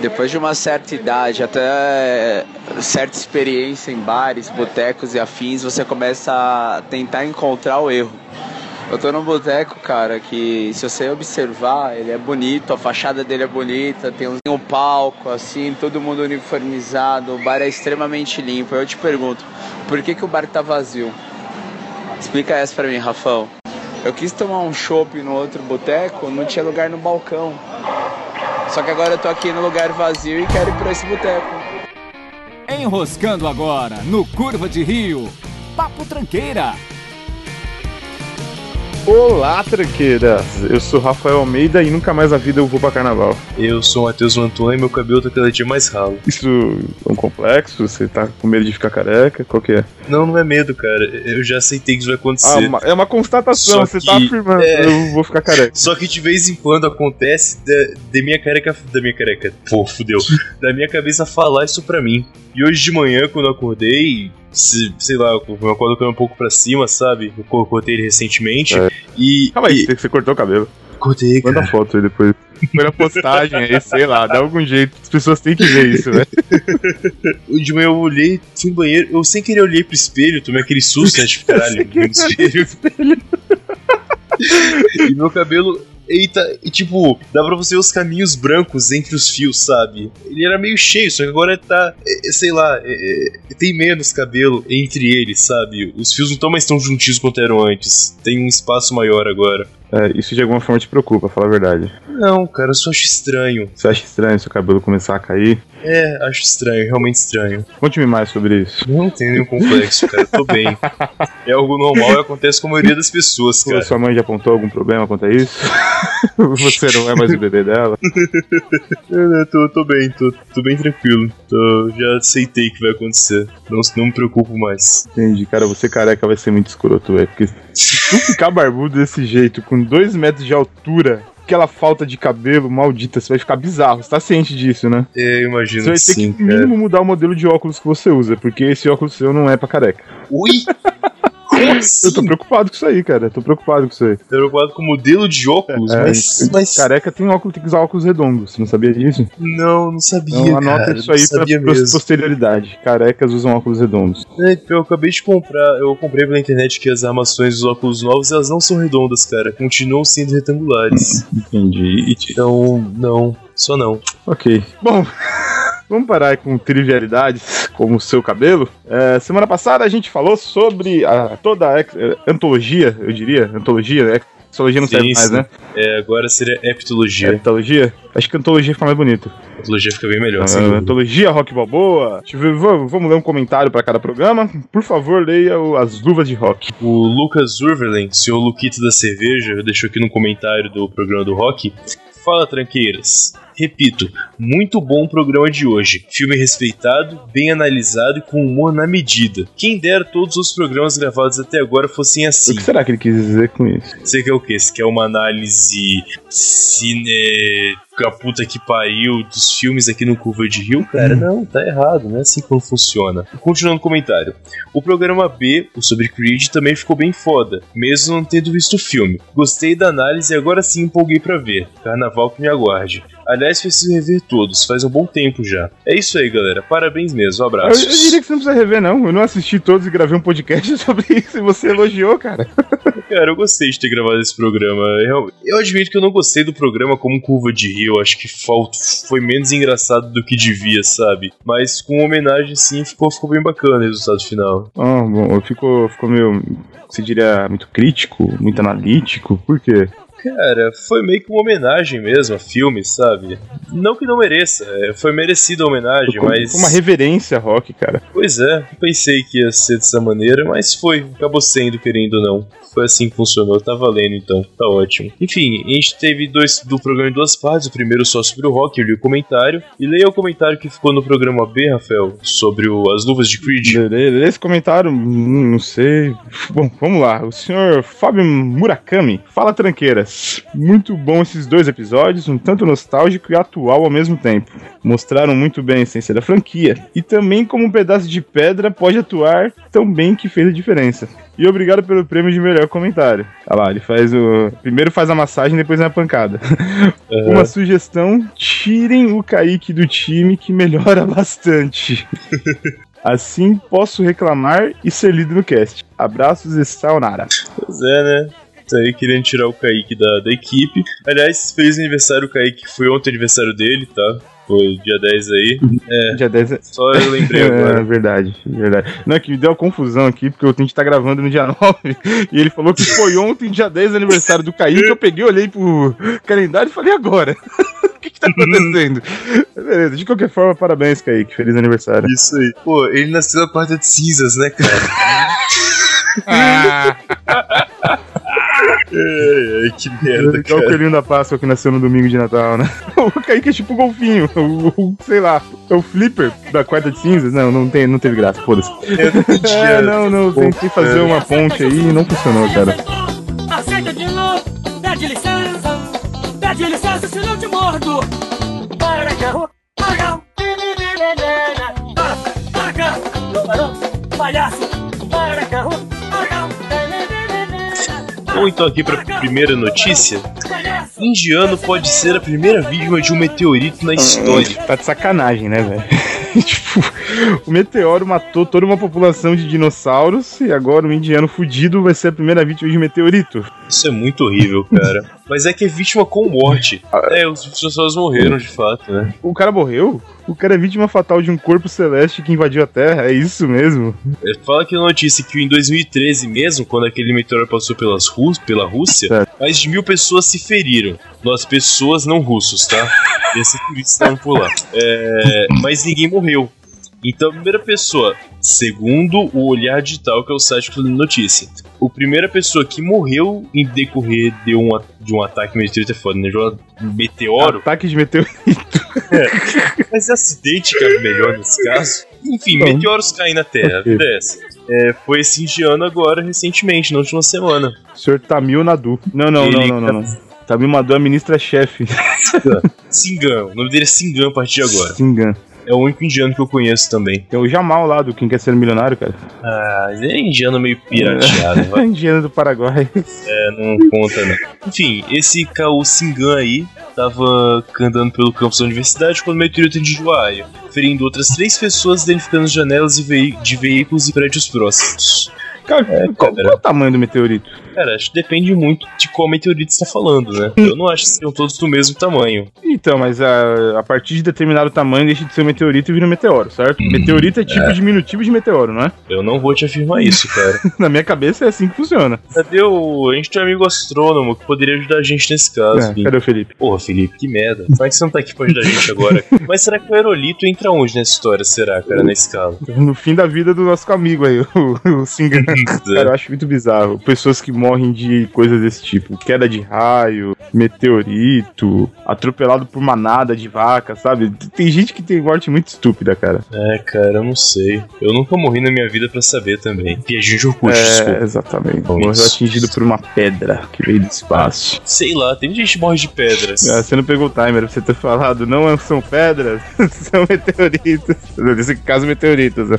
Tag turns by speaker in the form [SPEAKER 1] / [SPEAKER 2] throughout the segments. [SPEAKER 1] depois de uma certa idade, até eh, certa experiência em bares, botecos e afins, você começa a tentar encontrar o erro. Eu tô num boteco, cara, que se você observar, ele é bonito, a fachada dele é bonita, tem um, tem um palco, assim, todo mundo uniformizado, o bar é extremamente limpo. Eu te pergunto, por que, que o bar tá vazio? Explica essa pra mim, Rafão. Eu quis tomar um chopp no outro boteco, não tinha lugar no balcão. Só que agora eu tô aqui no lugar vazio e quero ir pra esse boteco.
[SPEAKER 2] Enroscando agora no Curva de Rio. Papo Tranqueira.
[SPEAKER 3] Olá, tranqueiras! Eu sou Rafael Almeida e nunca mais na vida eu vou pra carnaval.
[SPEAKER 4] Eu sou o Matheus Mantua e meu cabelo tá cada dia mais ralo.
[SPEAKER 3] Isso é um complexo? Você tá com medo de ficar careca? Qual que é?
[SPEAKER 4] Não, não é medo, cara. Eu já aceitei que isso vai
[SPEAKER 3] Ah,
[SPEAKER 4] acontecer.
[SPEAKER 3] uma- é uma constatação,
[SPEAKER 4] Só
[SPEAKER 3] você
[SPEAKER 4] que-
[SPEAKER 3] tá afirmando,
[SPEAKER 4] é.
[SPEAKER 3] eu vou ficar careca.
[SPEAKER 4] Só que de vez em quando acontece da, da minha careca. Da minha careca. Pô, fudeu. Da minha cabeça falar isso pra mim. E hoje de manhã, quando eu acordei, se- sei lá, eu eu acordo com ele um pouco pra cima, sabe? Eu co- cortei ele recentemente.
[SPEAKER 3] É.
[SPEAKER 4] E.
[SPEAKER 3] Calma aí,
[SPEAKER 4] e-
[SPEAKER 3] você, você cortou o cabelo.
[SPEAKER 4] Cortei,
[SPEAKER 3] Manda
[SPEAKER 4] cara.
[SPEAKER 3] a foto aí depois. Põe na postagem aí, sei lá, dá algum jeito. As pessoas têm que ver isso, né? velho.
[SPEAKER 4] Hoje de manhã eu olhei, fui no banheiro. Eu sem querer olhei pro espelho, tomei aquele susto, né? Tipo, caralho, no espelho. E meu cabelo. Eita, e tipo, dá pra você ver os caminhos brancos entre os fios, sabe? Ele era meio cheio, só que agora tá, é, é, sei lá, é, é, tem menos cabelo entre eles, sabe? Os fios não estão mais tão juntinhos quanto eram antes. Tem um espaço maior agora.
[SPEAKER 3] É, isso de alguma forma te preocupa, fala a verdade.
[SPEAKER 4] Não, cara, eu só acho estranho.
[SPEAKER 3] Você acha estranho seu cabelo começar a cair?
[SPEAKER 4] É, acho estranho, realmente estranho.
[SPEAKER 3] Conte-me mais sobre isso.
[SPEAKER 4] Não tem nenhum complexo, cara, tô bem. É algo normal e acontece com a maioria das pessoas,
[SPEAKER 3] Pô,
[SPEAKER 4] cara.
[SPEAKER 3] Sua mãe já apontou algum problema quanto a isso? Você não é mais o bebê dela?
[SPEAKER 4] Eu tô, tô bem, tô, tô bem tranquilo. Tô- já aceitei que vai acontecer. Não, não me preocupo mais.
[SPEAKER 3] Entendi, cara, você careca vai ser muito escroto, velho. Porque se tu ficar barbudo desse jeito, com dois metros de altura, aquela falta de cabelo maldita, você vai ficar bizarro. Você tá ciente disso, né?
[SPEAKER 4] É, eu imagino
[SPEAKER 3] Você vai
[SPEAKER 4] que
[SPEAKER 3] ter
[SPEAKER 4] sim,
[SPEAKER 3] que, no
[SPEAKER 4] cara.
[SPEAKER 3] mínimo, mudar o modelo de óculos que você usa, porque esse óculos seu não é pra careca.
[SPEAKER 4] Ui! Como assim?
[SPEAKER 3] Eu tô preocupado com isso aí, cara. Tô preocupado com isso aí.
[SPEAKER 4] Tá preocupado com o modelo de óculos,
[SPEAKER 3] É,
[SPEAKER 4] mas, mas
[SPEAKER 3] Careca tem óculos, tem que usar óculos redondos. Você não sabia disso?
[SPEAKER 4] não, não sabia,
[SPEAKER 3] Então anota
[SPEAKER 4] cara.
[SPEAKER 3] isso aí
[SPEAKER 4] não
[SPEAKER 3] pra,
[SPEAKER 4] sabia
[SPEAKER 3] pra
[SPEAKER 4] mesmo.
[SPEAKER 3] posterioridade. Carecas usam óculos redondos.
[SPEAKER 4] É, eu acabei de comprar, eu comprei pela internet que as armações dos óculos novos, elas não são redondas, cara. Continuam sendo retangulares.
[SPEAKER 3] Entendi. E-
[SPEAKER 4] Então, não, só não.
[SPEAKER 3] Ok. Bom, vamos parar com trivialidades como o seu cabelo. É, semana passada a gente falou sobre a- toda a ex- eh, antologia, eu diria. Antologia, né? Antologia não
[SPEAKER 4] Sim,
[SPEAKER 3] serve mais,
[SPEAKER 4] sim.
[SPEAKER 3] né?
[SPEAKER 4] É, agora seria heptologia.
[SPEAKER 3] Heptologia? Acho que antologia fica mais bonito.
[SPEAKER 4] Heptologia fica bem melhor, sem
[SPEAKER 3] Ah,
[SPEAKER 4] dúvida.
[SPEAKER 3] antologia Rock Balboa. Deixa eu ver, vamos, vamos ler um comentário pra cada programa. Por favor, leia o As Luvas de Rock.
[SPEAKER 4] O Lucas Urverlin, senhor Luquito da Cerveja, deixou aqui no comentário do programa do Rock. Fala, tranqueiras. Repito, muito bom o programa de hoje. Filme respeitado, bem analisado e com humor na medida. Quem dera todos os programas gravados até agora fossem
[SPEAKER 3] O
[SPEAKER 4] assim.
[SPEAKER 3] que será que ele quis dizer com isso?
[SPEAKER 4] Você quer o quê? Você quer uma análise cine... com a puta que pariu dos filmes aqui no Curva de Rio? Cara,
[SPEAKER 3] Hum.
[SPEAKER 4] não, tá errado, não é assim como funciona. Continuando o comentário. O programa B, o sobre Creed, também ficou bem foda, mesmo não tendo visto o filme. Gostei da análise e agora sim empolguei pra ver. Carnaval que me aguarde. Aliás, preciso rever todos, faz um bom tempo já. É isso aí, galera. Parabéns mesmo,
[SPEAKER 3] Eu,
[SPEAKER 4] abraços.
[SPEAKER 3] eu diria que você não precisa rever, não. Eu não assisti todos e gravei um podcast sobre isso e você elogiou, cara.
[SPEAKER 4] Cara, eu gostei de ter gravado esse programa. Eu, eu admito que eu não gostei do programa como Curva de Rio. Acho que falta, foi menos engraçado do que devia, sabe? Mas com homenagem, sim, ficou, ficou bem bacana o resultado final.
[SPEAKER 3] Ah, bom, eu fico, fico meio. Você diria muito crítico, muito analítico, por quê?
[SPEAKER 4] Cara, foi meio que uma homenagem mesmo a filme, sabe? Não que não mereça, é, foi merecida a homenagem,
[SPEAKER 3] Ficou
[SPEAKER 4] mas.
[SPEAKER 3] uma reverência a rock, cara.
[SPEAKER 4] Pois é, não pensei que ia ser dessa maneira, mas foi, acabou sendo, querendo ou não. Foi assim que funcionou, tá valendo então, tá ótimo. Enfim, a gente teve dois do programa em duas partes, o primeiro só sobre o rock, eu li o comentário, e leia o comentário que ficou no programa B, Rafael, sobre o- as luvas de Creed.
[SPEAKER 3] Lê esse comentário, hum, não sei. Bom, vamos lá. O senhor Fábio Murakami fala tranqueira. Caras, muito bom esses dois episódios, um tanto nostálgico e atual ao mesmo tempo. Mostraram muito bem a essência da franquia e também como um pedaço de pedra pode atuar tão bem que fez a diferença. E obrigado pelo prêmio de melhor comentário. Olha lá, ele faz o. Primeiro faz a massagem, depois na pancada.
[SPEAKER 4] Uhum.
[SPEAKER 3] Uma sugestão: tirem o Kaique do time que melhora bastante. Assim posso reclamar e ser lido no cast. Abraços e sayonara.
[SPEAKER 4] Pois é, né? Tá aí querendo tirar o Kaique da, da equipe. Aliás, feliz aniversário, Kaique. Foi ontem o aniversário dele, tá? Foi dia 10 aí. É,
[SPEAKER 3] Dia 10 é...
[SPEAKER 4] só eu lembrei
[SPEAKER 3] É,
[SPEAKER 4] agora.
[SPEAKER 3] verdade, verdade. Não, é que deu uma confusão aqui, porque o Tente tá gravando no dia 9 e ele falou que foi ontem, dia 10, aniversário do Kaique. Eu peguei, olhei pro calendário e falei agora. O que, que tá acontecendo? Beleza, de qualquer forma, parabéns, Kaique. Feliz aniversário.
[SPEAKER 4] Isso aí. Pô, ele nasceu na quarta de cinzas, né, cara?
[SPEAKER 2] Ah,
[SPEAKER 4] Ai, ai, É, que merda,
[SPEAKER 3] Igual o
[SPEAKER 4] cara.
[SPEAKER 3] coelhinho da Páscoa que nasceu no domingo de Natal, né? O Kaique é tipo o golfinho, o, o- sei lá, é o flipper da quarta de cinzas. Não, não, tem, não teve graça, foda-se.
[SPEAKER 4] Eu não entendi,
[SPEAKER 3] É,
[SPEAKER 4] né?
[SPEAKER 3] não, não, tentei fazer uma ponte aí e não funcionou, cara.
[SPEAKER 5] Aceita de novo, pede licença, pede licença, senão te mordo. Para que para cá. Para, um né? para cá. Não parou, palhaço. Para cá, para cá.
[SPEAKER 4] Vamos então aqui pra primeira notícia.
[SPEAKER 5] um, Palhaço.
[SPEAKER 4] Indiano pode ser a primeira vítima de um meteorito na história.
[SPEAKER 3] Tá de sacanagem, né, velho? tipo, o meteoro matou toda uma população de dinossauros e agora o indiano fudido vai ser a primeira vítima de meteorito.
[SPEAKER 4] Isso é muito horrível, cara. Mas é que é vítima com morte. É, os pessoas morreram de fato, né?
[SPEAKER 3] O cara morreu? O cara é vítima fatal de um corpo celeste que invadiu a Terra? É isso mesmo?
[SPEAKER 4] É, Fala aqui na notícia que em 2013 mesmo, quando aquele meteoro passou pelas Rus pela Rússia,
[SPEAKER 3] Certo.
[SPEAKER 4] mais de mil pessoas se feriram. Nós pessoas não russos, tá? E esses turistas estavam por lá. É, mas ninguém morreu. Então, a primeira pessoa, segundo o Olhar Digital, que é o site que tá dando notícia, a primeira pessoa que morreu em decorrer de um, a- de um ataque meteorito é foda, né? De um meteoro.
[SPEAKER 3] Ataque de meteorito.
[SPEAKER 4] Mas é acidente, cara, melhor nesse caso. Enfim,
[SPEAKER 3] Bom.
[SPEAKER 4] meteoros caem na Terra.
[SPEAKER 3] Ok.
[SPEAKER 4] Acontece. É, foi esse indiano agora, recentemente, na última semana.
[SPEAKER 3] O senhor Tamil Nadu. Não, não, não, não, não. não. Tamil Nadu é a ministra-chefe.
[SPEAKER 4] Singan, o nome dele é Singan a partir de agora.
[SPEAKER 3] Se engana.
[SPEAKER 4] É o único indiano que eu conheço também.
[SPEAKER 3] Tem o Jamal lá do Quem Quer Ser Milionário, cara.
[SPEAKER 4] Ah, ele é indiano meio pirateado, vai.
[SPEAKER 3] Indiano do Paraguai.
[SPEAKER 4] É, não conta, né? Enfim, esse Kao Singan aí tava andando pelo campus da universidade quando o meteorito atingiu a área, ferindo outras três pessoas, danificando janelas e vei- de veículos e prédios próximos.
[SPEAKER 3] Cara, qual,
[SPEAKER 4] cara.
[SPEAKER 3] qual é o tamanho do meteorito?
[SPEAKER 4] Cara, acho que depende muito de qual meteorito está falando, né?
[SPEAKER 3] Hum.
[SPEAKER 4] Eu não acho que sejam todos do mesmo tamanho.
[SPEAKER 3] Então, mas a, a partir de determinado tamanho deixa de ser um meteorito e vira um meteoro, certo? Meteorito é tipo diminutivo de meteoro, não é?
[SPEAKER 4] Eu não vou te
[SPEAKER 3] Hum.
[SPEAKER 4] afirmar isso, cara.
[SPEAKER 3] Na minha cabeça é assim que funciona.
[SPEAKER 4] Cadê o. A gente tem um amigo astrônomo que poderia ajudar a gente nesse caso,
[SPEAKER 3] É,
[SPEAKER 4] Vini.
[SPEAKER 3] cadê o Felipe?
[SPEAKER 4] Porra, Felipe, que merda. Como é que você não tá aqui pra ajudar a gente agora? Mas será que o aerolito entra onde nessa história, será, cara, na escala?
[SPEAKER 3] No fim da vida do nosso amigo aí, o, o Singan.
[SPEAKER 4] é.
[SPEAKER 3] Cara, eu acho muito bizarro. Pessoas que morrem de coisas desse tipo. Queda de raio, meteorito, atropelado por manada de vaca, sabe? Tem gente que tem morte muito estúpida, cara.
[SPEAKER 4] É, cara, eu não sei. Eu nunca morri na minha vida pra saber também. Piadinha de Orkut,
[SPEAKER 3] é,
[SPEAKER 4] desculpa.
[SPEAKER 3] exatamente.
[SPEAKER 4] Bom,
[SPEAKER 3] Morreu
[SPEAKER 4] isso.
[SPEAKER 3] atingido por uma pedra que veio do espaço.
[SPEAKER 4] Sei lá, tem gente que morre de pedras.
[SPEAKER 3] Ah, você não pegou o timer pra você ter falado, não são pedras, são meteoritos. Nesse caso, meteoritos. né?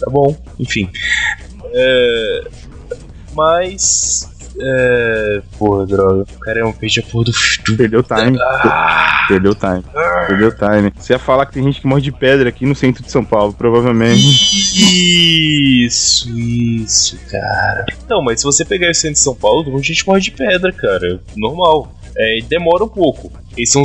[SPEAKER 4] Tá bom, enfim. É, Mas. É... Porra, droga. é Caramba, perdi a porra do. do-
[SPEAKER 3] Perdeu o time.
[SPEAKER 4] Ah.
[SPEAKER 3] Perdeu o time. Perdeu o time. Você ia falar que tem gente que morre de pedra aqui no centro de São Paulo, provavelmente.
[SPEAKER 4] Isso, isso, cara. Não, mas se você pegar o centro de São Paulo, muita gente morre de pedra, cara. Normal. É, e demora um pouco. Eles são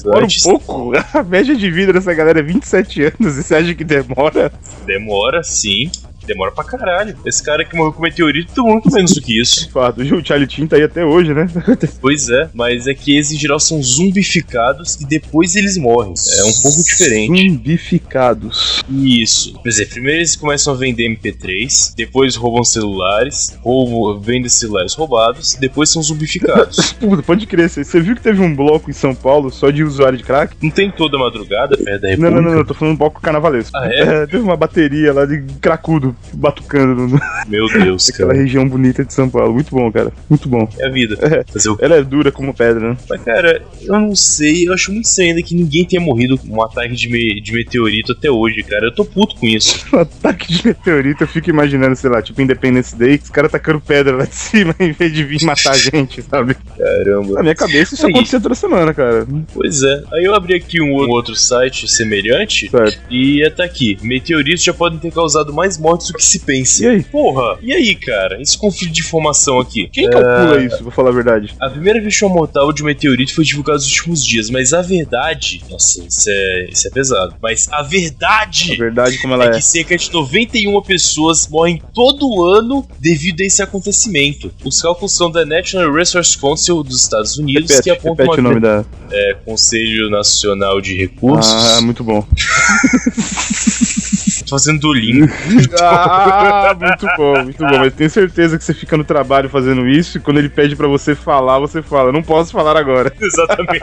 [SPEAKER 3] Demora um
[SPEAKER 4] antes.
[SPEAKER 3] pouco. A média de vida dessa galera é 27 anos e você acha que demora?
[SPEAKER 4] Demora, sim. Demora pra caralho. Esse cara que morreu com meteorito tem muito menos do que isso.
[SPEAKER 3] Fato, o Charlie Chin tá aí até hoje, né?
[SPEAKER 4] Pois é, mas é que eles em geral são zumbificados e depois eles morrem. É um pouco diferente.
[SPEAKER 3] Zumbificados.
[SPEAKER 4] Isso. Quer dizer, primeiro eles começam a vender MP3, depois roubam celulares, roubam, vendem celulares roubados, depois são zumbificados.
[SPEAKER 3] Puta, pode crer. Você você viu que teve um bloco em São Paulo só de usuário de crack?
[SPEAKER 4] não tem toda madrugada, perto da
[SPEAKER 3] Não,
[SPEAKER 4] República.
[SPEAKER 3] não, não, não, eu tô falando um bloco carnavalesco.
[SPEAKER 4] Ah, é?
[SPEAKER 3] teve uma bateria lá de cracudo fico batucando no-
[SPEAKER 4] Meu Deus,
[SPEAKER 3] naquela
[SPEAKER 4] cara.
[SPEAKER 3] região bonita de São Paulo. Muito bom, cara. Muito bom.
[SPEAKER 4] É a vida.
[SPEAKER 3] É.
[SPEAKER 4] Fazer o
[SPEAKER 3] Ela é dura como pedra, né?
[SPEAKER 4] Mas, cara, eu não sei. Eu acho muito estranho ainda que ninguém tenha morrido com um ataque de, me- de meteorito até hoje, cara. Eu tô puto com isso.
[SPEAKER 3] Um ataque de meteorito, eu fico imaginando, sei lá, tipo Independence Day, que os caras tacando pedra lá de cima em vez de vir matar a gente, sabe? Na
[SPEAKER 4] Caramba.
[SPEAKER 3] minha cabeça isso
[SPEAKER 4] Aí.
[SPEAKER 3] aconteceu toda semana, cara.
[SPEAKER 4] Pois é. Aí eu abri aqui um outro site semelhante
[SPEAKER 3] Certo.
[SPEAKER 4] e tá aqui. Meteoritos já podem ter causado mais mortes do que se pensa.
[SPEAKER 3] E aí?
[SPEAKER 4] Porra, e aí, cara? Esse conflito de informação aqui. É,
[SPEAKER 3] Quem calcula isso, É, vou falar a verdade?
[SPEAKER 4] A primeira vítima mortal de um meteorito foi divulgada nos últimos dias, mas a verdade. Nossa, isso é, isso é pesado. Mas a
[SPEAKER 3] A
[SPEAKER 4] verdade
[SPEAKER 3] verdade como ela
[SPEAKER 4] é
[SPEAKER 3] é.
[SPEAKER 4] que cerca de 91 pessoas morrem todo ano devido a esse acontecimento. Os cálculos são da National Resource Council dos Estados Unidos, que
[SPEAKER 3] Repete,
[SPEAKER 4] apontam
[SPEAKER 3] repete o nome da.
[SPEAKER 4] é, Conselho Nacional de Recursos.
[SPEAKER 3] Ah, muito bom.
[SPEAKER 4] Tô fazendo dolinho.
[SPEAKER 3] Ah, muito bom, muito bom. Mas tenho certeza que você fica no trabalho fazendo isso e quando ele pede pra você falar, você fala. Não posso falar agora.
[SPEAKER 4] Exatamente.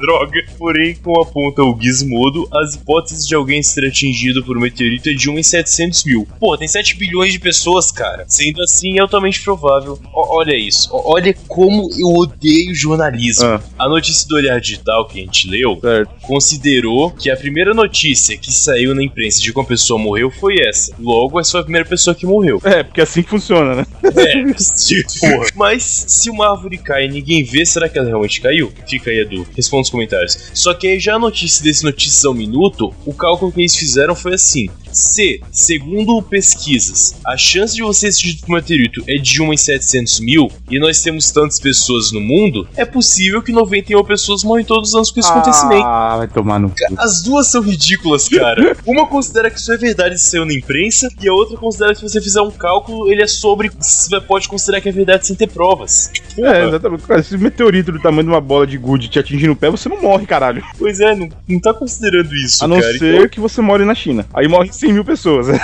[SPEAKER 4] Droga. Porém, como aponta o Gizmodo, as hipóteses de alguém ser atingido por um meteorito é de 1 em 700 mil. Pô, tem 7 bilhões de pessoas, cara. Sendo assim, é altamente provável. Ó, olha isso. Ó, olha como eu odeio jornalismo.
[SPEAKER 3] Ah,
[SPEAKER 4] A notícia do Olhar Digital que a gente leu
[SPEAKER 3] certo.
[SPEAKER 4] considerou que a primeira notícia que saiu na imprensa de que uma pessoa morreu foi essa. Logo, essa foi a primeira pessoa que morreu.
[SPEAKER 3] É, porque assim que funciona, né?
[SPEAKER 4] É, de porra. Mas se uma árvore cai e ninguém vê, será que ela realmente caiu? Fica aí, Edu. Responda os comentários. Só que aí já a notícia desse Notícias ao Minuto, o cálculo que eles fizeram foi assim. Se, segundo pesquisas, a chance de você ser atingido por um meteorito é de 1 em 700 mil, e nós temos tantas pessoas no mundo, é possível que 91 pessoas morrem todos os anos com esse acontecimento.
[SPEAKER 3] Ah, vai tomar no cu.
[SPEAKER 4] As duas são ridículas, cara. Uma considera que isso é verdade e saiu na imprensa, e a outra considera que se você fizer um cálculo, ele é sobre. Você pode considerar que é verdade sem ter provas.
[SPEAKER 3] É, exatamente. Cara, se um meteorito do tamanho de uma bola de gude te atingir no pé, você não morre, caralho.
[SPEAKER 4] Pois é, não, não tá considerando isso,
[SPEAKER 3] A não
[SPEAKER 4] cara.
[SPEAKER 3] ser que você more na China. Aí morre 100 mil pessoas.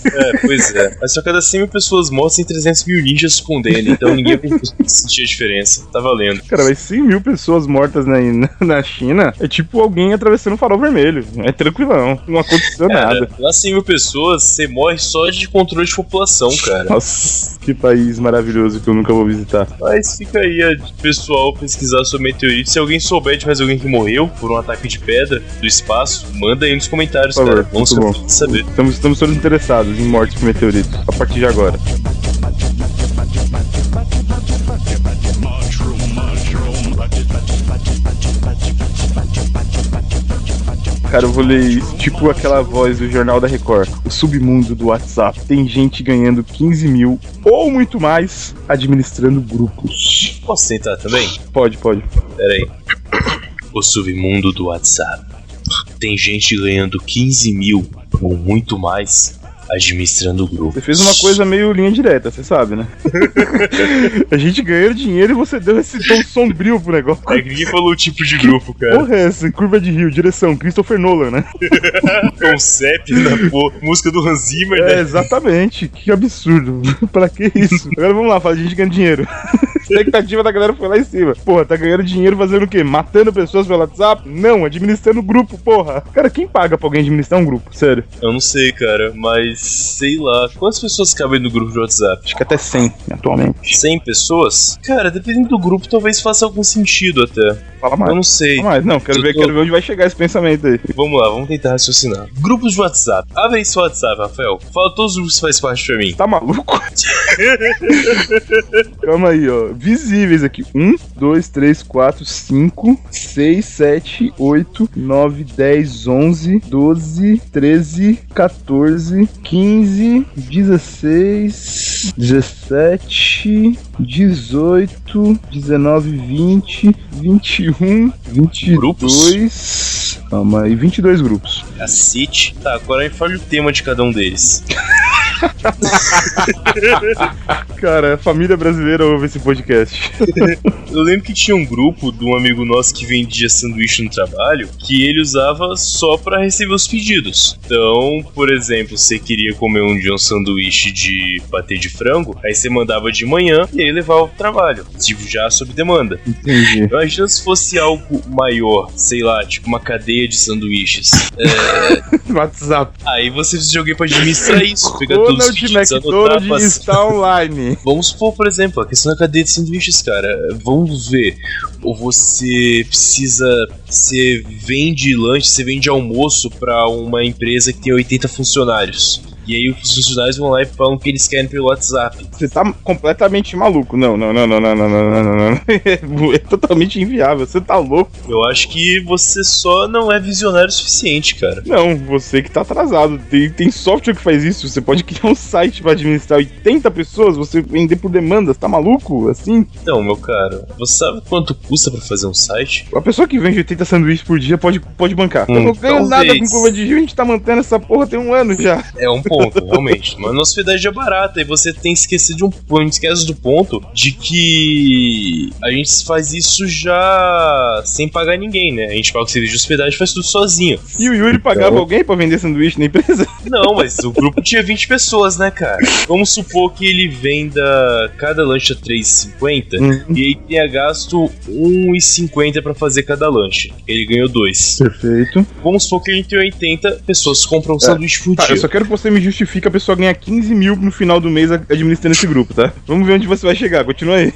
[SPEAKER 4] Então, é, pois é. Mas só cada 100 mil pessoas mortas tem 300 mil ninjas condena, então ninguém vai sentir a diferença. Tá valendo.
[SPEAKER 3] Cara, mas 100 mil pessoas mortas na, na China é tipo alguém atravessando um farol vermelho. É tranquilão. Não aconteceu nada.
[SPEAKER 4] Cara, lá 100 mil pessoas, você morre só de controle de população, cara.
[SPEAKER 3] Nossa, que país maravilhoso que eu nunca vou visitar.
[SPEAKER 4] Mas fica aí a pessoal pesquisar sobre meteorito. Se alguém souber de mais alguém que morreu por um ataque de pedra do espaço, manda aí nos comentários,
[SPEAKER 3] Por favor,
[SPEAKER 4] cara. Vamos
[SPEAKER 3] muito
[SPEAKER 4] ser- saber.
[SPEAKER 3] Estamos, estamos todos interessados em mortes por meteorito. A partir de agora. Cara, eu vou ler isso, tipo aquela voz do Jornal da Record. O submundo do WhatsApp tem gente ganhando 15 mil ou muito mais administrando grupos.
[SPEAKER 4] Posso tentar também?
[SPEAKER 3] Pode, pode.
[SPEAKER 4] Pera aí. O submundo do WhatsApp. Tem gente ganhando 15 mil ou muito mais administrando o grupo.
[SPEAKER 3] Você fez uma coisa meio linha direta, você sabe, né? A gente ganhou dinheiro e você deu esse tom sombrio pro negócio.
[SPEAKER 4] É que ninguém falou o tipo de grupo, cara.
[SPEAKER 3] Porra, é essa curva de rio, direção, Christopher Nolan, né?
[SPEAKER 4] É Concept da um porra. Música do Hans Zimmer,
[SPEAKER 3] É,
[SPEAKER 4] né?
[SPEAKER 3] exatamente, que absurdo. pra que isso? Agora vamos lá, fala de gente ganhando dinheiro. A expectativa da galera foi lá em cima. Porra, tá ganhando dinheiro fazendo o quê? Matando pessoas pelo WhatsApp? Não, administrando grupo, porra. Cara, quem paga pra alguém administrar um grupo? Sério.
[SPEAKER 4] Eu não sei, cara, mas sei lá. Quantas pessoas cabem no grupo de WhatsApp?
[SPEAKER 3] Acho que até 100 atualmente.
[SPEAKER 4] 100 pessoas? Cara, dependendo do grupo, talvez faça algum sentido até.
[SPEAKER 3] Fala mais.
[SPEAKER 4] Eu não sei.
[SPEAKER 3] Fala mais. Não, quero ver, quero ver onde vai chegar esse pensamento aí.
[SPEAKER 4] Vamos lá, vamos tentar raciocinar. Grupos de WhatsApp. Abre aí seu WhatsApp, Rafael. Fala todos os grupos que faz parte pra mim.
[SPEAKER 3] Tá maluco? Calma aí, ó. Visíveis aqui. 1, 2, 3, 4, 5, 6, 7, 8, 9, 10, 11, 12, 13, 14, 15, 16, 17, 18, 19, 20, 21, 22. Calma aí, 22 grupos.
[SPEAKER 4] Cacete. Tá, agora me fale o tema de cada um deles.
[SPEAKER 3] Cara, a família brasileira ouve esse podcast.
[SPEAKER 4] Eu lembro que tinha um grupo de um amigo nosso que vendia sanduíche no trabalho que ele usava só pra receber os pedidos. Então, por exemplo, você queria comer um dia um sanduíche de patê de frango, aí você mandava de manhã e aí levava pro trabalho, tipo já sob demanda.
[SPEAKER 3] Entendi.
[SPEAKER 4] Imagina se Então, fosse algo maior, sei lá, tipo uma cadeia de sanduíches.
[SPEAKER 3] WhatsApp.
[SPEAKER 4] Aí você precisa de alguém pra administrar isso, pegar todos os
[SPEAKER 3] Ronald
[SPEAKER 4] pedidos, anotar,
[SPEAKER 3] McDonald
[SPEAKER 4] passar.
[SPEAKER 3] está online.
[SPEAKER 4] Vamos supor, por exemplo, a questão da cadeia de sanduíches, cara. Vamos ver. Ou você precisa. Você vende lanche, você vende almoço pra uma empresa que tem 80 funcionários. E aí os funcionários vão lá e falam o que eles querem pelo WhatsApp.
[SPEAKER 3] Você tá completamente maluco. Não, não, não, não, não, não, não, não, não, não. É totalmente inviável. Você tá louco?
[SPEAKER 4] Eu acho que você só não é visionário o suficiente, cara.
[SPEAKER 3] Não, você que tá atrasado. Tem, tem software que faz isso. Você pode criar um site pra administrar 80 pessoas, você vender por demandas. Tá maluco? Assim?
[SPEAKER 4] Então, meu cara, você sabe quanto custa pra fazer um site?
[SPEAKER 3] A pessoa que vende 80 sanduíches por dia pode, pode bancar.
[SPEAKER 4] Hum,
[SPEAKER 3] eu não ganho
[SPEAKER 4] talvez.
[SPEAKER 3] nada com curva de giro, a gente tá mantendo essa porra tem um ano já.
[SPEAKER 4] É um ponto, realmente. Mas nossa hospedagem é barata e você tem que esquecer de um ponto. Esquece do ponto de que a gente faz isso já sem pagar ninguém, né? A gente paga o serviço de hospedagem e faz tudo sozinho.
[SPEAKER 3] E o Yuri pagava
[SPEAKER 4] Então.
[SPEAKER 3] alguém pra vender sanduíche na empresa?
[SPEAKER 4] Não, mas o grupo tinha 20 pessoas, né, cara? Vamos supor que ele venda cada lanche a 3,50
[SPEAKER 3] Uhum.
[SPEAKER 4] e ele tenha gasto 1,50 pra fazer cada lanche. Ele ganhou 2.
[SPEAKER 3] Perfeito.
[SPEAKER 4] Vamos supor que ele tem 80 pessoas que compram um sanduíche por
[SPEAKER 3] Tá, eu
[SPEAKER 4] dia.
[SPEAKER 3] só quero que você me justifique a pessoa ganhar 15 mil no final do mês administrando esse grupo, tá? Vamos ver onde você vai chegar, continua aí.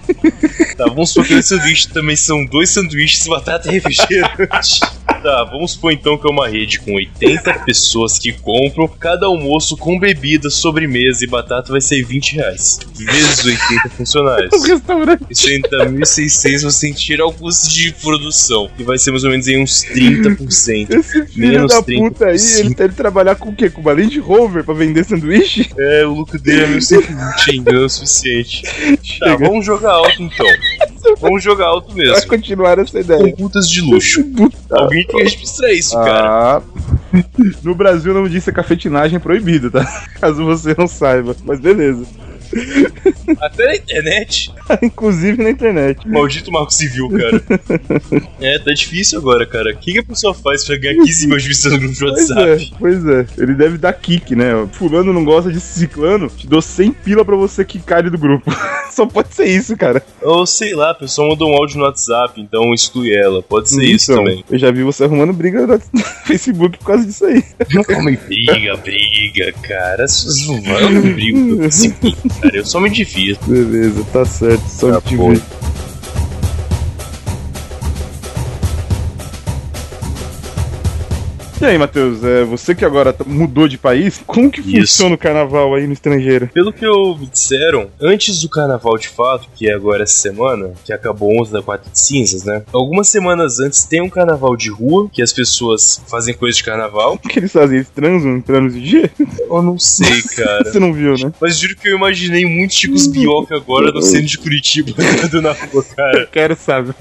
[SPEAKER 4] Tá, vamos supor que esse sanduíche também são dois sanduíches, batata e refrigerante. Tá, vamos supor então que é uma rede com 80 pessoas que compram, cada almoço com bebida, sobremesa e batata vai ser 20 reais. Vezes 80 funcionários.
[SPEAKER 3] Os restaurantes.
[SPEAKER 4] Isso aí tá dá 1.600, você tem que tirar o custo um de produção, que vai ser mais ou menos em uns 30%.
[SPEAKER 3] Esse filho
[SPEAKER 4] Menos
[SPEAKER 3] da
[SPEAKER 4] 30%.
[SPEAKER 3] puta aí, ele deve trabalhar com o quê? Com uma Land Rover pra vender sanduíche?
[SPEAKER 4] É, o lucro dele é 1.620 ainda, é o suficiente. Tá,
[SPEAKER 3] Chega,
[SPEAKER 4] vamos jogar alto então. Vamos jogar alto
[SPEAKER 3] vai
[SPEAKER 4] mesmo.
[SPEAKER 3] continuar essa
[SPEAKER 4] Com
[SPEAKER 3] ideia.
[SPEAKER 4] putas de luxo.
[SPEAKER 3] Puta.
[SPEAKER 4] Alguém tem que registrar isso,
[SPEAKER 3] Ah.
[SPEAKER 4] cara.
[SPEAKER 3] No Brasil, o nome disso é cafetinagem proibido, tá? Caso você não saiba. Mas beleza.
[SPEAKER 4] Até na tá internet.
[SPEAKER 3] Inclusive na internet.
[SPEAKER 4] Maldito Marco Civil, cara. é, tá difícil agora, cara. O que, que a pessoa faz pra ganhar 15 mil views no grupo de
[SPEAKER 3] Pois
[SPEAKER 4] WhatsApp?
[SPEAKER 3] é, pois é. Ele deve dar kick, né? Fulano não gosta de ciclano, te dou 100 pila pra você quicar ele do grupo. Só pode ser isso, cara.
[SPEAKER 4] Ou sei lá, a pessoa mandou um áudio no WhatsApp, então exclui ela. Pode ser isso
[SPEAKER 3] Então,
[SPEAKER 4] também.
[SPEAKER 3] Eu já vi você arrumando briga no Facebook por causa disso aí.
[SPEAKER 4] Homem briga, briga, cara. Vocês não vão, eu não brigo com esse bico, cara. Eu só me divirto.
[SPEAKER 3] Beleza, tá certo. Só
[SPEAKER 4] Tá
[SPEAKER 3] me te
[SPEAKER 4] bom.
[SPEAKER 3] ver. E aí, Matheus, é, você que agora t- mudou de país, como que
[SPEAKER 4] Isso.
[SPEAKER 3] funciona o carnaval aí no estrangeiro?
[SPEAKER 4] Pelo que eu me disseram, antes do carnaval de fato, que é agora essa semana, que acabou 11 da quarta de cinzas, né? Algumas semanas antes tem um carnaval de rua, que as pessoas fazem coisas de carnaval.
[SPEAKER 3] O que eles fazem? Eles transam em planos de dia?
[SPEAKER 4] Eu não sei, cara.
[SPEAKER 3] Você não viu, né?
[SPEAKER 4] Mas juro que eu imaginei muitos Chicos Bioca agora no centro de Curitiba andando na rua, cara.
[SPEAKER 3] Quero saber.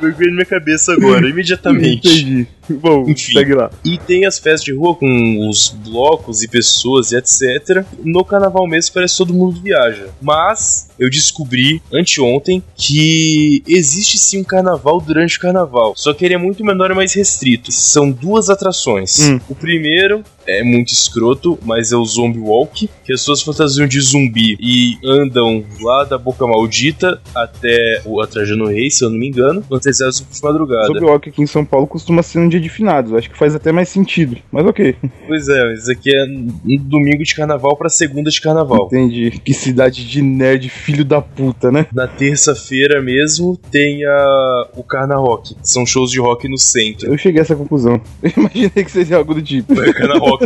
[SPEAKER 4] Vergonha na minha cabeça agora, imediatamente.
[SPEAKER 3] Entendi. Bom,
[SPEAKER 4] Enfim.
[SPEAKER 3] segue lá.
[SPEAKER 4] E tem as festas de rua com os blocos e pessoas e etc. No carnaval mesmo parece que todo mundo viaja. Mas eu descobri anteontem que existe sim um carnaval durante o carnaval. Só que ele é muito menor e mais restrito. São duas atrações.
[SPEAKER 3] Hum.
[SPEAKER 4] O primeiro é muito escroto, mas é o Zombie Walk, que as pessoas fantasiam de zumbi e andam lá da Boca Maldita até o Atrajano Rei, se eu não me engano, fantasiados de madrugada.
[SPEAKER 3] Sobre o rock aqui em São Paulo costuma ser um dia de finados. Acho que faz até mais sentido. Mas ok.
[SPEAKER 4] Pois é, isso aqui é um domingo de carnaval pra segunda de carnaval.
[SPEAKER 3] Entendi. Que cidade de nerd, filho da puta, né?
[SPEAKER 4] Na terça-feira mesmo tem a, o Carna Rock. São shows de rock no centro.
[SPEAKER 3] Eu cheguei a essa conclusão. Eu imaginei que seria algo do tipo.
[SPEAKER 4] Não é Carna Rock,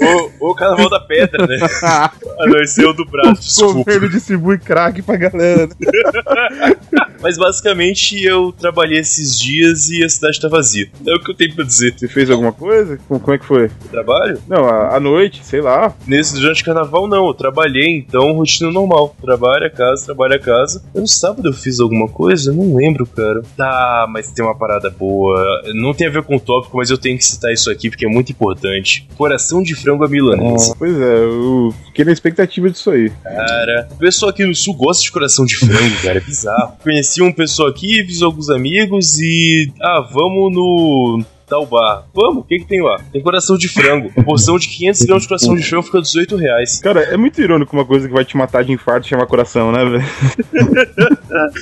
[SPEAKER 4] não. O, o Carnaval da Pedra, né? Ah, não, esse é o do braço,
[SPEAKER 3] O
[SPEAKER 4] desculpa.
[SPEAKER 3] governo distribui crack pra galera. né?
[SPEAKER 4] Mas basicamente eu trabalhei esses dias e a cidade tá vazia. É o que eu tenho pra dizer.
[SPEAKER 3] Você fez alguma coisa? Como, como é que foi?
[SPEAKER 4] Trabalho?
[SPEAKER 3] Não, à à noite, sei lá.
[SPEAKER 4] Nesse durante o carnaval não, eu trabalhei, então rotina normal. Trabalho a casa, trabalho a casa. Eu no sábado eu fiz alguma coisa, eu não lembro, cara. Ah, mas tem uma parada boa. Não tem a ver com o tópico, mas eu tenho que citar isso aqui porque é muito importante. Coração de frango à milanesa.
[SPEAKER 3] Pois é, eu fiquei na expectativa disso aí.
[SPEAKER 4] Cara, o pessoal aqui no sul gosta de coração de frango, cara, é bizarro. Conheci um pessoal aqui, fiz alguns amigos e. Ah, vamos no. Tal bar. Vamos, o que que tem lá? Tem coração de frango. Porção de 500 gramas de coração de frango fica 18 reais.
[SPEAKER 3] Cara, é muito irônico uma coisa que vai te matar de infarto chamar coração, né, velho?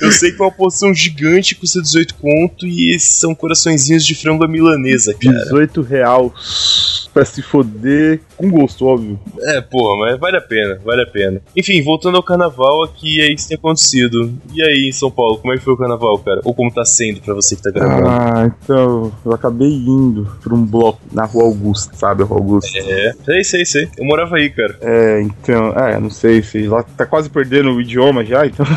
[SPEAKER 4] Eu sei que é uma porção gigante, custa 18 conto e esses são coraçõezinhos de frango à milanesa, cara.
[SPEAKER 3] 18 reais pra se foder com gosto, óbvio.
[SPEAKER 4] É, porra, mas vale a pena, vale a pena. Enfim, voltando ao carnaval aqui, é isso que tem acontecido. E aí, em São Paulo, como é que foi o carnaval, cara? Ou como tá sendo pra você que tá gravando?
[SPEAKER 3] Ah, então, eu acabei indo pra um bloco na Rua Augusta, sabe, a Rua Augusta?
[SPEAKER 4] É, sei, sei, sei. Eu morava aí, cara.
[SPEAKER 3] É, então, é, não sei, sei lá, tá quase perdendo o idioma já, então...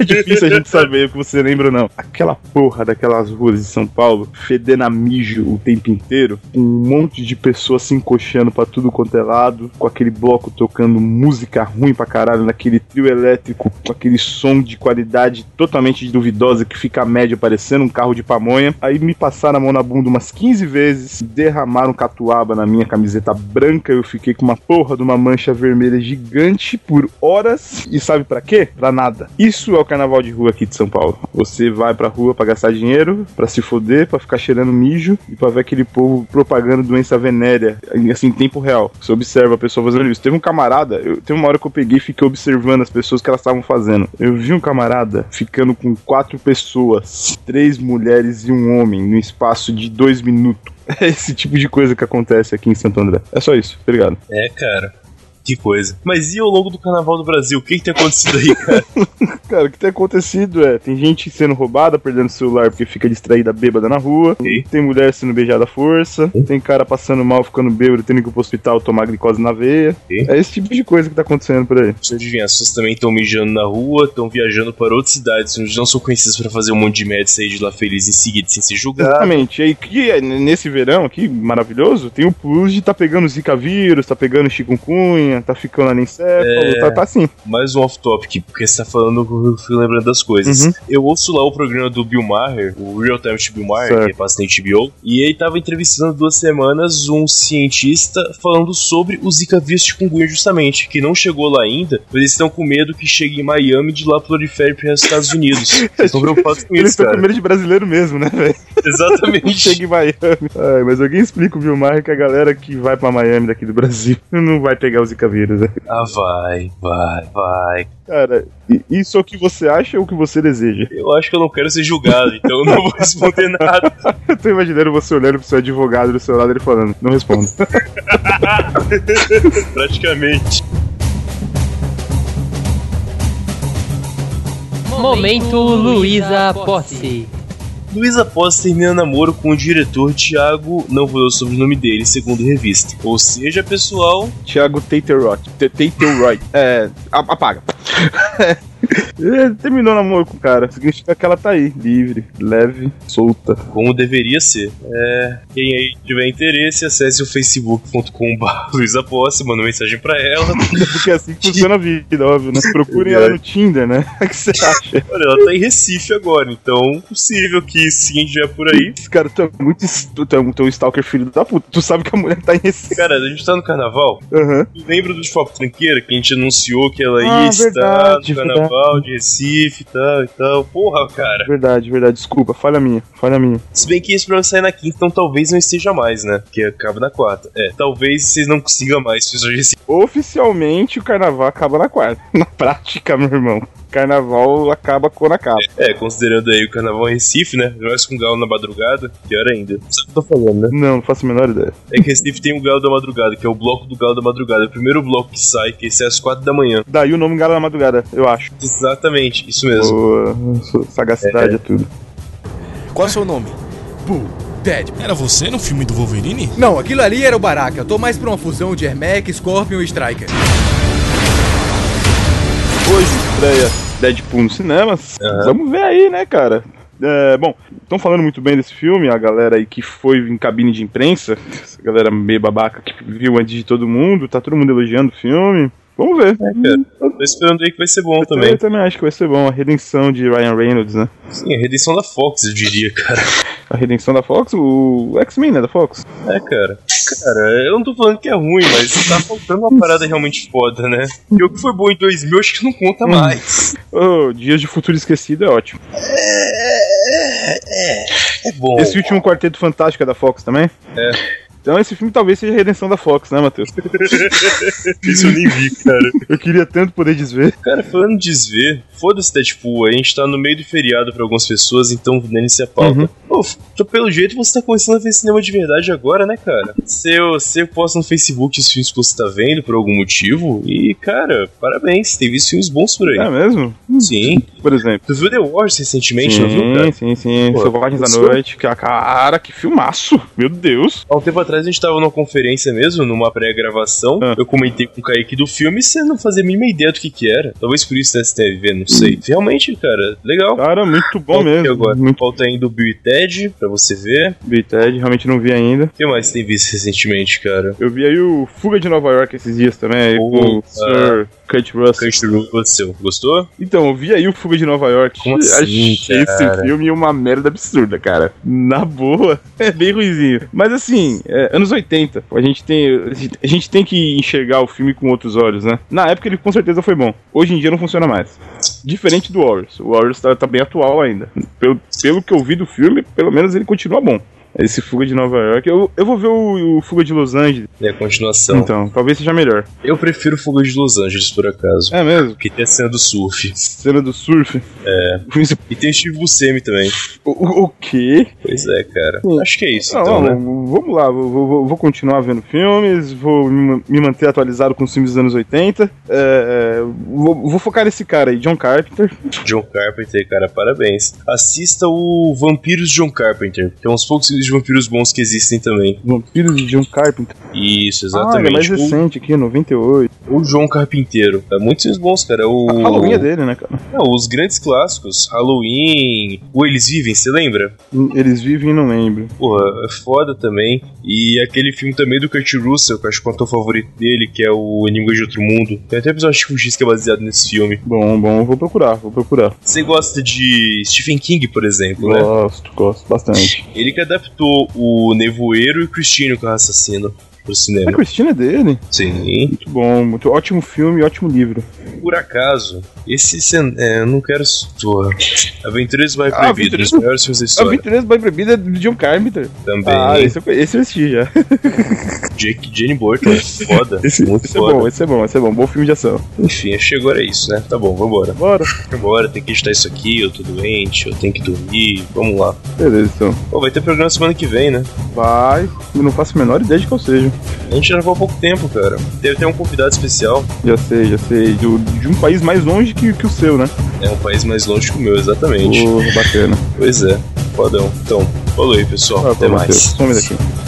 [SPEAKER 3] É difícil a gente saber o que você lembra ou não. Aquela porra daquelas ruas de São Paulo, fedendo a mijo o tempo inteiro, com um monte de pessoas se encoxando pra tudo quanto é lado, com aquele bloco tocando música ruim pra caralho, naquele trio elétrico, com aquele som de qualidade totalmente duvidosa que fica a média parecendo um carro de pamonha. Aí me passaram a mão na bunda umas 15 vezes, derramaram catuaba na minha camiseta branca, eu fiquei com uma porra de uma mancha vermelha gigante por horas. E sabe pra quê? Pra nada. Isso é o carnaval de rua aqui de São Paulo. Você vai pra rua pra gastar dinheiro, pra se foder, pra ficar cheirando mijo e pra ver aquele povo propagando doença venérea, assim, em tempo real. Você observa a pessoa fazendo isso. Teve um camarada, eu, teve uma hora que eu peguei e fiquei observando as pessoas que elas estavam fazendo. Eu vi um camarada ficando com quatro pessoas, três mulheres e um homem, no espaço de dois minutos. É esse tipo de coisa que acontece aqui em Santo André. É só isso, obrigado.
[SPEAKER 4] É, cara. Que coisa. Mas e ao longo do carnaval do Brasil? O que, que tem acontecido aí, cara?
[SPEAKER 3] Cara, o que tem acontecido é, tem gente sendo roubada, perdendo celular porque fica distraída bêbada na rua.
[SPEAKER 4] Ok.
[SPEAKER 3] Tem mulher sendo beijada à força. Tem cara passando mal, ficando bêbado, tendo que ir pro hospital tomar glicose na veia.
[SPEAKER 4] Ok. Ah.
[SPEAKER 3] É esse tipo de coisa que tá acontecendo por aí.
[SPEAKER 4] Deixa eu adivinhar, as pessoas também estão mijando na rua, estão viajando para outras cidades onde não são conhecidas para fazer um monte de merda e sair de lá feliz em seguida sem se julgar.
[SPEAKER 3] Exatamente. E aí, que é, n- nesse verão aqui, maravilhoso, tem o plus de tá pegando zika vírus, tá pegando chikungunya, tá ficando anencefalo,
[SPEAKER 4] É.
[SPEAKER 3] tá, tá assim.
[SPEAKER 4] Mais um off-topic, porque você tá falando, eu fui lembrando das coisas.
[SPEAKER 3] Uhum.
[SPEAKER 4] Eu ouço lá o programa do Bill Maher, o Real Time to Bill Maher,
[SPEAKER 3] Certo.
[SPEAKER 4] que é passa na HBO, e ele tava entrevistando duas semanas um cientista falando sobre o Zika vírus chikungunya justamente, que não chegou lá ainda, mas eles estão com medo que chegue em Miami e de lá prolifere para os Estados Unidos. Vocês estão preocupados com
[SPEAKER 3] Eles
[SPEAKER 4] isso,
[SPEAKER 3] estão
[SPEAKER 4] cara.
[SPEAKER 3] com medo de brasileiro mesmo, né, velho?
[SPEAKER 4] Exatamente.
[SPEAKER 3] Chega em Miami. Ai, mas alguém explica o Vilmar que a galera que vai pra Miami daqui do Brasil não vai pegar o zika vírus, né?
[SPEAKER 4] Ah, vai, vai, vai.
[SPEAKER 3] Cara, i- isso é o que você acha ou o que você deseja?
[SPEAKER 4] Eu acho que eu não quero ser julgado, então eu não vou responder nada.
[SPEAKER 3] Eu tô imaginando você olhando pro seu advogado do seu lado e ele falando, não respondo.
[SPEAKER 4] Praticamente.
[SPEAKER 6] Momento Luísa Posse.
[SPEAKER 4] Luísa Posse termina namoro com o diretor Thiago, não vou ler o sobrenome dele, segundo a revista. Ou seja, pessoal,
[SPEAKER 3] Thiago Taterot. Taterot. É, a- apaga. É, Terminou o namoro com o cara. Significa que ela tá aí, livre, leve, solta.
[SPEAKER 4] como deveria ser. É, quem aí tiver interesse, acesse o facebook.com.br Luísa Posse, manda mensagem pra ela.
[SPEAKER 3] Porque é assim que funciona a vida, óbvio, né? Procurem ela no Tinder, né? O que você acha?
[SPEAKER 4] Olha, ela tá em Recife agora, então possível que sim, já é por aí.
[SPEAKER 3] Esse cara, tu é muito. est- Tu é um, tu é um stalker filho da puta. Tu sabe que a mulher tá em esse.
[SPEAKER 4] Cara, a gente tá no carnaval,
[SPEAKER 3] Aham.
[SPEAKER 4] Lembra do Foco Tranqueira que a gente anunciou que ela
[SPEAKER 3] Ah,
[SPEAKER 4] ia estar
[SPEAKER 3] verdade,
[SPEAKER 4] no carnaval de Recife e tal e tal? Porra, cara.
[SPEAKER 3] Verdade, verdade. Desculpa, falha minha. Falha minha.
[SPEAKER 4] Se bem que esse programa sai na quinta, então talvez não esteja mais, né? Porque acaba na quarta. É, talvez vocês não consigam mais fazer Recife.
[SPEAKER 3] Oficialmente o carnaval acaba na quarta. Na prática, meu irmão. Carnaval acaba quando acaba.
[SPEAKER 4] É, considerando aí o carnaval em Recife, né? Nós com galo na madrugada, pior ainda. Só que eu tô falando, né?
[SPEAKER 3] Não, não faço a menor ideia.
[SPEAKER 4] É que Recife tem o galo da madrugada, que é o bloco do galo da madrugada. É o primeiro bloco que sai, que esse é às quatro da manhã.
[SPEAKER 3] Daí o nome Galo da Madrugada, eu acho.
[SPEAKER 4] Exatamente, isso mesmo.
[SPEAKER 3] Boa, sua sagacidade é, tudo.
[SPEAKER 7] Qual é o seu nome? Bull. Deadman.
[SPEAKER 8] Era você no filme do Wolverine?
[SPEAKER 7] Não, aquilo ali era o Baraka. Eu tô mais pra uma fusão de Ermac, Scorpion e Striker.
[SPEAKER 3] Hoje estreia Deadpool nos cinemas. Vamos ver aí, né, cara? É, bom, estão falando muito bem desse filme, a galera aí que foi em cabine de imprensa, essa galera meio babaca que viu antes de todo mundo, tá todo mundo elogiando o filme. Vamos ver.
[SPEAKER 4] Tô esperando aí que vai ser bom
[SPEAKER 3] Eu
[SPEAKER 4] também.
[SPEAKER 3] também acho que vai ser bom a redenção de Ryan Reynolds, né?
[SPEAKER 4] Sim, a redenção da Fox, eu diria, cara.
[SPEAKER 3] A redenção da Fox, o X-Men, né, da Fox?
[SPEAKER 4] É, cara. Cara, eu não tô falando que é ruim, mas tá faltando uma parada realmente foda, né? E o que foi bom em 2000, acho que não conta mais.
[SPEAKER 3] Oh, Dias de Futuro Esquecido é ótimo.
[SPEAKER 4] É bom.
[SPEAKER 3] Esse último Quarteto Fantástico é da Fox também?
[SPEAKER 4] É.
[SPEAKER 3] Então esse filme talvez seja a redenção da Fox, né, Matheus?
[SPEAKER 4] Isso eu nem vi, cara.
[SPEAKER 3] Eu queria tanto poder desver.
[SPEAKER 4] Cara, falando de desver, foda-se Deadpool, a gente tá no meio do feriado pra algumas pessoas, então dane-se a pauta.
[SPEAKER 3] Uhum.
[SPEAKER 4] Pô, tô- pelo jeito você tá começando a ver cinema de verdade agora, né, cara? Você, você posta no Facebook os filmes que você tá vendo por algum motivo, e, cara, parabéns, tem visto filmes bons por aí.
[SPEAKER 3] É mesmo?
[SPEAKER 4] Sim.
[SPEAKER 3] Por exemplo.
[SPEAKER 4] Tu viu The Wars recentemente, não viu, cara?
[SPEAKER 3] Sim, sim, sim.
[SPEAKER 4] Pô,
[SPEAKER 3] Selvagens da
[SPEAKER 4] isso-
[SPEAKER 3] Noite. que- Cara, que filmaço. Meu Deus.
[SPEAKER 4] Há um tempo atrás a gente tava numa conferência mesmo, numa pré-gravação.
[SPEAKER 3] Ah.
[SPEAKER 4] Eu comentei com o Kaique do filme e você não fazia a mínima ideia do que que era. Talvez por isso da STV, não
[SPEAKER 3] Hum.
[SPEAKER 4] sei. Realmente, cara, legal.
[SPEAKER 3] Cara, muito bom
[SPEAKER 4] Falta aí
[SPEAKER 3] mesmo.
[SPEAKER 4] Agora.
[SPEAKER 3] Muito
[SPEAKER 4] Falta ainda o Bill e Ted, pra você ver.
[SPEAKER 3] bem, Ted. Realmente não vi ainda.
[SPEAKER 4] O que mais tem visto recentemente, cara?
[SPEAKER 3] Eu vi aí o Fuga de Nova York esses dias também, aí
[SPEAKER 4] Pô,
[SPEAKER 3] com o
[SPEAKER 4] ah.
[SPEAKER 3] Sir Kurt Russell.
[SPEAKER 4] Kurt Russell, seu. gostou?
[SPEAKER 3] Então, eu vi aí o Fuga de Nova York.
[SPEAKER 4] Como assim,
[SPEAKER 3] Achei esse
[SPEAKER 4] cara?
[SPEAKER 3] filme uma merda absurda, cara. Na boa, é bem ruizinho. Mas assim, é, anos 80, a gente, tem, a gente tem que enxergar o filme com outros olhos, né? Na época ele com certeza foi bom. Hoje em dia não funciona mais. Diferente do Warriors. O Warriors tá, tá bem atual ainda. Pelo, pelo que eu vi do filme, pelo menos ele continua bom. Esse Fuga de Nova York. Eu, eu vou ver o, o Fuga de Los Angeles.
[SPEAKER 4] É a continuação.
[SPEAKER 3] Então, talvez seja melhor.
[SPEAKER 4] Eu prefiro Fuga de Los Angeles, por acaso.
[SPEAKER 3] É mesmo?
[SPEAKER 4] Porque tem a cena do surf.
[SPEAKER 3] Cena do surf.
[SPEAKER 4] É.
[SPEAKER 3] Isso-
[SPEAKER 4] E tem o Steve Buscemi também.
[SPEAKER 3] O, o- o quê?
[SPEAKER 4] Pois é, cara. Acho que é isso,
[SPEAKER 3] Não,
[SPEAKER 4] então,
[SPEAKER 3] não,
[SPEAKER 4] né?
[SPEAKER 3] vamos lá, vou, vou- vou continuar vendo filmes, vou me ma- me manter atualizado com os filmes dos anos 80. é, é, vou, vou focar nesse cara aí, John Carpenter.
[SPEAKER 4] John Carpenter, cara, parabéns. Assista o Vampiros de John Carpenter. Tem uns poucos filmes de vampiros bons que existem também.
[SPEAKER 3] Vampiros de John Carpenter.
[SPEAKER 4] Isso,
[SPEAKER 3] Ah, ele é mais
[SPEAKER 4] exatamente. O-
[SPEAKER 3] recente aqui, 98.
[SPEAKER 4] o, John Carpinteiro. É muitos filmes bons, cara. O
[SPEAKER 3] A Halloween é dele, né, cara?
[SPEAKER 4] Não, os grandes clássicos, Halloween, O Eles Vivem, você lembra?
[SPEAKER 3] Eles vivem e não lembro.
[SPEAKER 4] Porra, é foda também. E aquele filme também do Kurt Russell, que eu acho que é o ator favorito dele, que é o Enigma de Outro Mundo. Tem até episódio de Chico X que é baseado nesse filme.
[SPEAKER 3] Bom, bom, vou procurar, vou procurar.
[SPEAKER 4] Você gosta de Stephen King, por exemplo,
[SPEAKER 3] é?
[SPEAKER 4] né?
[SPEAKER 3] Gosto, gosto bastante.
[SPEAKER 4] Ele que adaptou o Nevoeiro e o Cristino, que é o assassino, pro
[SPEAKER 3] A
[SPEAKER 4] cinema.
[SPEAKER 3] Cristina é dele.
[SPEAKER 4] Sim.
[SPEAKER 3] Muito bom, muito ótimo filme, ótimo livro.
[SPEAKER 4] Por acaso, esse... cen- É, eu não quero... Porra. Aventureiros do Bairro
[SPEAKER 3] Ah,
[SPEAKER 4] Proibido, um
[SPEAKER 3] Aventureiros-
[SPEAKER 4] dos melhores filmes da
[SPEAKER 3] A
[SPEAKER 4] história
[SPEAKER 3] 23 by Proibida é do John Carpenter.
[SPEAKER 4] também.
[SPEAKER 3] Ah, esse eu, conhe- esse eu assisti já.
[SPEAKER 4] Jake Jane Burton, foda.
[SPEAKER 3] Esse,
[SPEAKER 4] muito
[SPEAKER 3] esse é
[SPEAKER 4] foda.
[SPEAKER 3] bom, esse é bom, esse é bom. Bom filme de ação.
[SPEAKER 4] Enfim, acho que agora é isso, né? Tá bom, vambora.
[SPEAKER 3] Bora.
[SPEAKER 4] Vambora, tem que editar isso aqui, eu tô doente, eu tenho que dormir, vamos lá.
[SPEAKER 3] Beleza, então.
[SPEAKER 4] Pô, vai ter programa semana que vem, né?
[SPEAKER 3] Vai, eu não faço a menor ideia de qual seja.
[SPEAKER 4] A gente gravou há pouco tempo, cara. Deve ter um convidado especial,
[SPEAKER 3] Já sei, já sei. Do- de um país mais longe que, que o seu, né?
[SPEAKER 4] é um país mais longe que o meu, exatamente.
[SPEAKER 3] Porra, bacana.
[SPEAKER 4] Pois é, fodão. Então, falou aí, pessoal,
[SPEAKER 3] Ah,
[SPEAKER 4] até
[SPEAKER 3] pô, Matheus,
[SPEAKER 4] mais.
[SPEAKER 3] Some daqui.